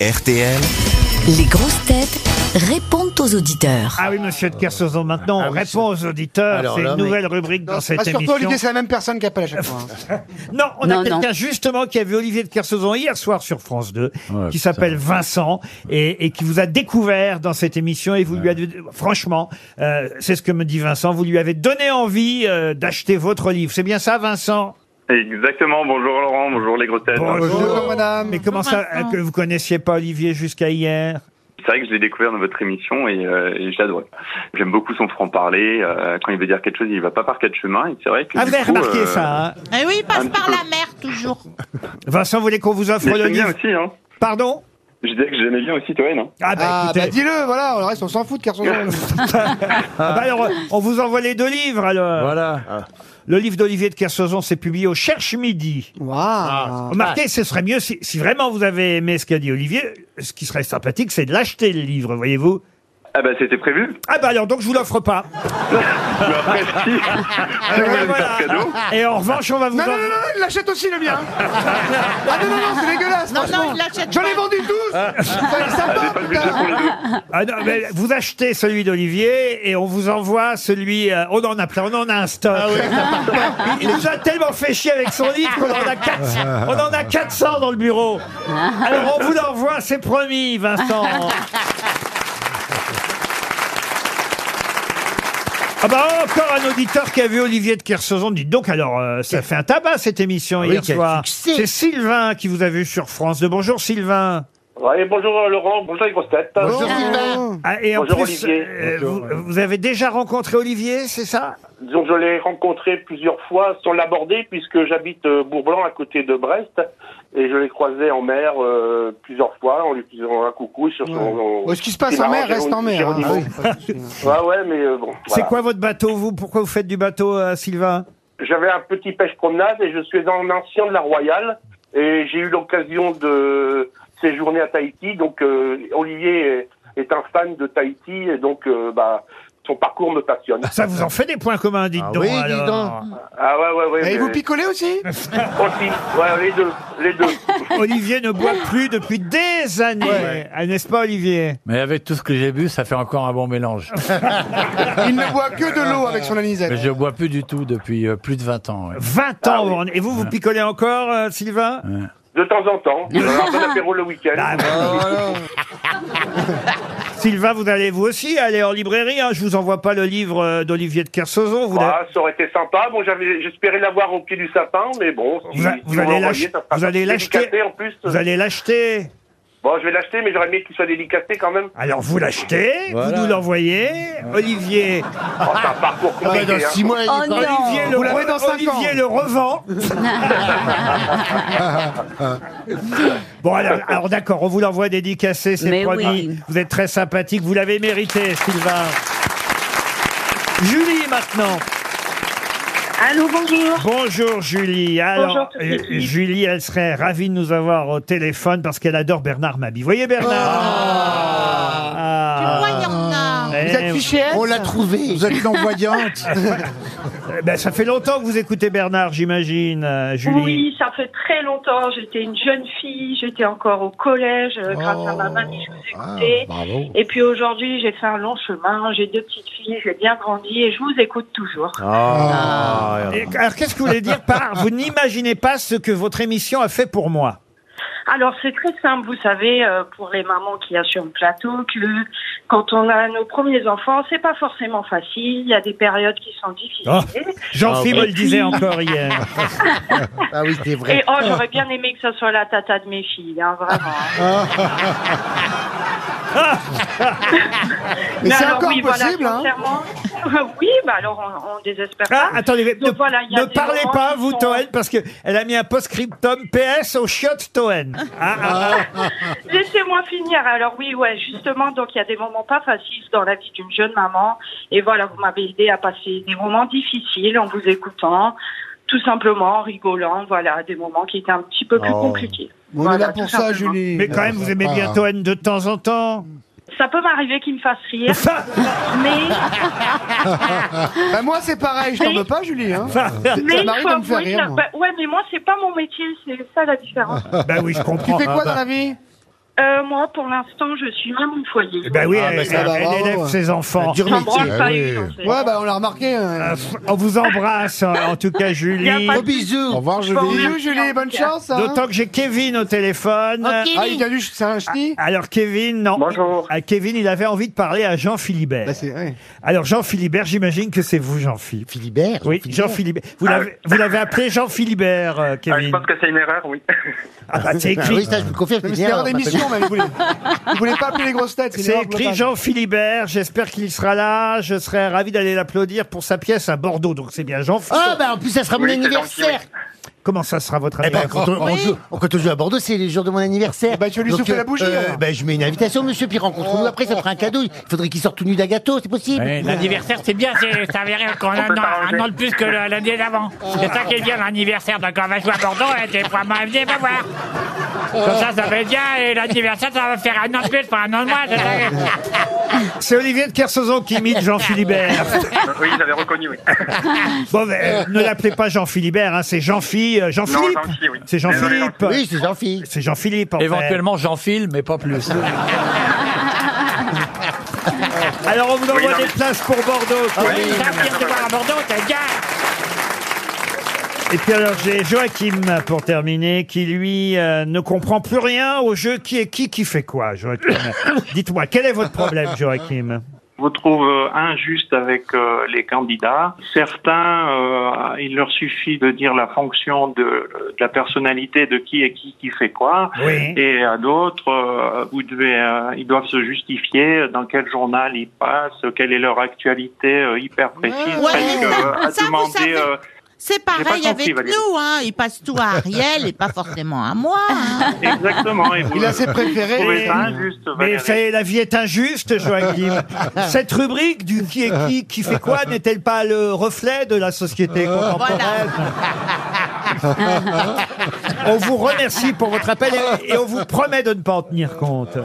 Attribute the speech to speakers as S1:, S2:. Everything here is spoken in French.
S1: RTL.
S2: Les grosses têtes répondent aux auditeurs.
S3: Ah oui, monsieur de Kersozo, maintenant,
S4: Ah
S3: on répond aux auditeurs.
S5: Alors
S3: C'est
S5: là,
S3: une
S5: mais-
S3: nouvelle rubrique dans cette
S6: Rassure-toi,
S3: émission.
S6: Ah, Olivier, c'est la même personne qui appelle à chaque fois. hein.
S3: Non, on
S7: Non, non.
S3: a quelqu'un justement qui a vu Olivier de Kersauzon hier soir sur France 2, qui s'appelle Vincent et, et qui vous a découvert dans cette émission et vous lui avez, franchement, euh, c'est ce que me dit Vincent, vous lui avez donné envie euh, d'acheter votre livre. C'est bien ça, Vincent
S4: Exactement, bonjour Laurent, Euh, bonjour les grossettes.
S6: Bonjour, madame.
S3: Mais comment ça euh, que vous connaissiez pas Olivier jusqu'à hier
S4: C'est vrai que je l'ai découvert dans votre émission et, euh, et j'adore. J'aime beaucoup son franc-parler. euh, quand il veut dire quelque chose, il va pas par quatre chemins. Et c'est vrai que
S3: Ah,
S4: du
S3: vous avez
S4: coup,
S3: remarqué
S4: euh,
S3: ça, hein
S8: Eh oui, il
S4: Un
S8: passe
S4: petit
S8: par
S4: peu.
S8: la mer toujours.
S3: Vincent, vous voulez qu'on vous offre
S4: Mais
S3: le
S4: j'aime bien
S3: livre
S4: aussi, hein.
S3: Pardon
S4: Je disais que j'aimais bien aussi Toen. Hein.
S3: Ah, bah,
S6: Ah, bah
S3: écoutez,
S6: dis-le, voilà, on reste, on s'en fout de Kersozo.
S3: ah bah alors, on vous envoie les deux livres alors. Ah.
S5: Voilà.
S3: Le livre d'Olivier de Kersauzon s'est publié au Cherche Midi.
S6: Waouh.
S3: Remarquez, ce serait mieux si, si vraiment vous avez aimé ce qu'a dit Olivier. Ce qui serait sympathique, c'est de l'acheter le livre, voyez-vous.
S4: Ah bah c'était prévu.
S3: Ah bah alors donc je vous l'offre pas.
S4: Mais après, si. Ah,
S3: Et, Ah, voilà.
S4: cadeau.
S3: Et en revanche, on va vous.
S6: Non,
S3: en-
S6: non, non, non, il l'achète aussi le mien. Ah non, non, non, c'est dégueulasse.
S8: Non,
S6: franchement.
S8: non, il l'achète
S6: J'en ai
S8: pas.
S6: vendu 12. Ça, ça part,
S4: Pas de budget
S6: putain.
S4: pour les deux.
S3: Ah non, mais vous achetez celui d'Olivier et on vous envoie celui. euh, on en a plein, on en a un stock. Il nous a tellement fait chier avec son livre qu'on en a 400, on en a 400 dans le bureau. Alors on vous l'envoie, c'est promis, Vincent. Ah bah encore un auditeur qui a vu Olivier de Kersauzon. Dites donc, alors, euh, ça fait un tabac cette émission hier
S5: quel
S3: soir. C'est Sylvain qui vous a vu sur France 2. Bonjour Sylvain.
S9: Ouais, bonjour euh, Laurent, bonjour les grosses têtes.
S3: Oh.
S6: Bonjour, Sylvain.
S3: Ah, et en
S9: Bonjour,
S3: plus,
S9: Olivier.
S3: euh, vous, vous avez déjà rencontré Olivier, c'est ça
S9: Disons que je l'ai rencontré plusieurs fois sans l'aborder puisque j'habite euh, Bourblanc à côté de Brest et je l'ai croisé en mer euh, plusieurs fois en lui faisant un coucou sur son...
S6: Oh, ce qui se passe en mer reste en mer. hein.
S9: Ah oui. Ouais, ouais, mais euh, bon.
S3: C'est
S9: voilà.
S3: quoi votre bateau, vous Pourquoi vous faites du bateau, euh, Sylvain
S9: J'avais un petit pêche-promenade et je suis un ancien de la Royale et j'ai eu l'occasion de séjourner à Tahiti. Donc euh, Olivier est, est un fan de Tahiti et donc euh, bah, son parcours me passionne.
S3: Ça vous en fait des points communs, dites
S5: Ah
S3: donc.
S5: oui, dis
S3: alors.
S5: donc.
S9: Ah ouais, ouais, ouais.
S6: Et
S9: mais-
S6: vous picolez aussi
S9: Aussi, ouais, les deux, les deux.
S3: Olivier ne boit plus depuis des années, Ah, n'est-ce pas, Olivier
S10: Mais avec tout ce que j'ai bu, ça fait encore un bon mélange.
S6: Il ne boit que de l'eau avec son
S10: Mais
S6: anisette.
S10: je bois plus du tout depuis euh, plus de 20 ans. ouais.
S3: 20
S9: Ah
S3: ans, on- et vous, vous picolez encore, euh, Sylvain
S9: De temps en temps, un bon apéro le week-end.
S3: Bah,
S9: Ah,
S3: Sylvain, vous allez vous aussi aller en librairie. Hein. Je vous envoie pas le livre euh, d'Olivier de Kersauzon. Vous, l'avez-
S9: Ah, ça aurait été sympa. Bon, j'avais, j'espérais l'avoir au pied du sapin, mais bon.
S3: Vous a- vous allez
S9: me l'envoyez,
S3: l'ach-
S9: ça sera
S3: vous allez
S9: dédicacé
S3: l'acheter.
S9: En plus.
S3: vous allez l'acheter.
S9: Bon, je vais l'acheter, mais j'aurais aimé qu'il soit dédicacé quand même.
S3: Alors vous l'achetez,
S5: Voilà.
S3: vous nous l'envoyez. Olivier,
S9: Oh, c'est un parcours
S3: Ah, bah,
S9: compliqué.
S5: dans
S9: hein.
S5: 6 mois, il
S7: Oh
S5: est pas-
S7: non
S3: Olivier, le,
S6: Vous l'aurez dans cinq
S3: Olivier
S6: ans.
S3: le revend. bon, alors, alors d'accord, on vous l'envoie dédicacé, c'est
S7: Mais
S3: promis.
S7: oui.
S3: Vous êtes très sympathique, vous l'avez mérité, Sylvain. Julie, maintenant.
S8: Allô, bonjour.
S3: Bonjour, Julie. Alors,
S8: Bonjour, toute
S3: euh, Julie, elle serait ravie de nous avoir au téléphone parce qu'elle adore Bernard Mabi. Vous voyez, Bernard
S8: Tu
S3: Ah.
S8: vois, il y en a.
S3: Eh
S6: Vous êtes
S3: oui.
S6: fiché
S5: On l'a trouvé. Vous êtes non-voyante.
S3: Eh ben, ça fait longtemps que vous écoutez Bernard, j'imagine, euh, Julie.
S11: Oui, ça fait très longtemps. J'étais une jeune fille, j'étais encore au collège euh, grâce à ma mamie, je vous
S6: Ah,
S11: écoutais.
S5: bravo.
S11: Et puis aujourd'hui, j'ai fait un long chemin, j'ai deux petites filles, j'ai bien grandi et je vous écoute toujours.
S3: Et- alors, qu'est-ce que vous voulez dire par vous n'imaginez pas ce que votre émission a fait pour moi
S11: Alors c'est très simple, vous savez, euh, pour les mamans qui assurent le plateau, que quand on a nos premiers enfants, c'est pas forcément facile. Il y a des périodes qui sont difficiles.
S3: Oh, Jean-Phil me le disait encore hier.
S5: Ah oui, c'est
S11: Et
S5: vrai.
S11: oh, j'aurais bien aimé que ça soit la tata de mes filles, hein, vraiment.
S6: Mais c'est
S11: alors,
S6: encore
S11: oui, voilà,
S6: possible, hein
S11: sincèrement. oui, bah alors on, on désespère
S3: Ah,
S11: pas.
S3: attendez, mais ne,
S11: Donc voilà, il y a
S3: ne
S11: des
S3: parlez
S11: moments
S3: pas,
S11: qui
S3: vous,
S11: sont-
S3: Toen, parce que elle a mis un post-scriptum PS au chiotte Toen. Ah, ah, ah.
S11: Laissez-moi finir. Alors oui, ouais, justement, donc il y a des moments pas faciles dans la vie d'une jeune maman. Et voilà, vous m'avez aidé à passer des moments difficiles en vous écoutant, tout simplement en rigolant. Voilà, des moments qui étaient un petit peu plus
S5: Oh.
S11: compliqués.
S6: On est
S11: Voilà,
S6: là pour
S11: tout
S6: ça,
S11: simplement.
S6: Julie.
S3: mais quand même, vous aimez
S11: Ah.
S3: bien Toen de temps en temps.
S11: Ça peut m'arriver qu'il me fasse rire, mais
S6: Bah, moi, c'est pareil, je t'en veux pas, Julie. Hein.
S11: mais
S6: Ça
S11: il
S6: m'arrive
S11: faut
S6: de me faire
S11: avouer que
S6: rire.
S11: la-
S6: moi. Ah.
S11: bah, ouais, mais moi c'est pas mon métier, c'est ça la différence.
S3: ben oui, je
S6: Tu
S3: comprends.
S6: fais quoi dans la vie
S11: Euh, moi, pour l'instant, je suis même au foyer.
S3: Eh Ben oui, eh elle, elle- elle élève ses enfants.
S11: hein. dur métier. J'en branle pas une, en fait.
S6: Ouais, bah on l'a remarqué.
S3: Euh, on vous embrasse, euh, en tout cas, Julie.
S6: Y a pas de Gros bisous.
S3: Au revoir, Julie.
S6: Bisous, Julie, bonne chance. hein.
S3: D'autant que j'ai Kevin au téléphone.
S6: Ah, il vient du c'est un ch'ti
S3: Alors Kevin, non. Bonjour. Kevin, il avait envie de parler à Jean Philibert.
S6: Bah,
S3: Alors Jean Philibert, j'imagine que c'est vous, Jean Philibert. Philibert. Oui, Jean Philibert. Vous
S4: Ah
S3: l'avez, vous l'avez appelé Jean Philibert, euh,
S4: Ah, je
S3: Kevin.
S4: pense que c'est une erreur, oui.
S3: Ah, bah, c'est écrit.
S4: Oui, ça, je vous confirme,
S6: Mais c'était hors d'émission, même. Il voulait, il voulait pas appeler les grosses têtes.
S3: C'est écrit Jean Philibert. J'espère qu'il sera là. Je serai ravi d'aller l'applaudir pour sa pièce à Bordeaux. Donc c'est bien Jean.
S12: Ah, bah, en plus, ça sera mon
S3: Oui, c'est
S12: anniversaire.
S3: Comment ça sera votre
S12: Eh ben,
S3: anniversaire
S12: quand, on, on joue, quand on joue à Bordeaux, c'est le jour de mon anniversaire. Bah,
S6: tu vas lui souffler la bougie, alors.
S12: bah, je mets une invitation, monsieur, puis rencontre-nous après, ça fera un cadeau. Il faudrait qu'il sorte tout nu d'un gâteau, c'est possible.
S10: Ouais, l'anniversaire, c'est bien, c'est- ça verrait
S9: hein.
S10: qu'on a
S12: On peut
S10: un, an-
S12: s'arranger.
S10: un an de plus que le- l'année d'avant. C'est ça qui est bien, l'anniversaire. Donc, on va jouer à Bordeaux, hein, et t'es vraiment venez me voir. Comme ça, ça va être bien, et l'anniversaire, ça va faire un an de plus, pas un an de moins. c'est ça.
S3: C'est Olivier de Kersauzon qui imite
S10: Ah,
S3: Jean Philibert.
S4: oui, j'avais reconnu, oui.
S3: Bon, ben, euh, ne l'appelez pas Jean Philibert, hein, c'est Jean Phi, euh, Jean
S4: Non,
S3: Philippe.
S4: Jean-Phi, oui.
S3: C'est Jean Philippe.
S4: Désolé, Jean-Phi. Oui,
S12: c'est Jean Philippe.
S3: C'est Jean Philippe.
S13: Éventuellement, j'enfile, mais pas plus.
S3: Alors on vous
S13: Oui,
S3: envoie
S13: non,
S3: des
S13: mais-
S3: places pour Bordeaux.
S13: Ah oui,
S3: Kevin.
S10: Ça vient de voir à Bordeaux, t'es bien.
S3: Et puis alors j'ai Joachim pour terminer qui lui euh, ne comprend plus rien au jeu qui est qui qui fait quoi Joachim. Dites-moi quel est votre problème Joachim
S9: Je vous trouve euh, injuste avec euh, les candidats. Certains, euh, il leur suffit de dire la fonction de, de la personnalité de qui est qui qui fait quoi.
S3: Oui.
S9: Et à d'autres, euh, vous devez, euh, ils doivent se justifier dans quel journal ils passent, quelle est leur actualité euh, hyper précise.
S14: Ouais,
S9: presque,
S14: ça-
S9: euh, à
S14: ça, vous
S9: demander,
S14: savez.
S9: euh,
S14: C'est
S9: pas
S14: pareil
S9: compris,
S14: avec
S9: Valérie.
S14: nous, hein. Il passe tout à Ariel et pas forcément à moi. hein.
S9: Exactement. et vous-
S14: Il a ses préférés.
S9: vous trouvez ça
S3: Mais-
S9: injuste,
S3: Mais
S9: Valérie.
S3: ça y est, la vie est injuste, Joachim. Cette rubrique du qui est qui, qui fait quoi, n'est-elle pas le reflet de la société contemporaine On vous remercie pour votre appel et, et on vous promet de ne pas en tenir compte.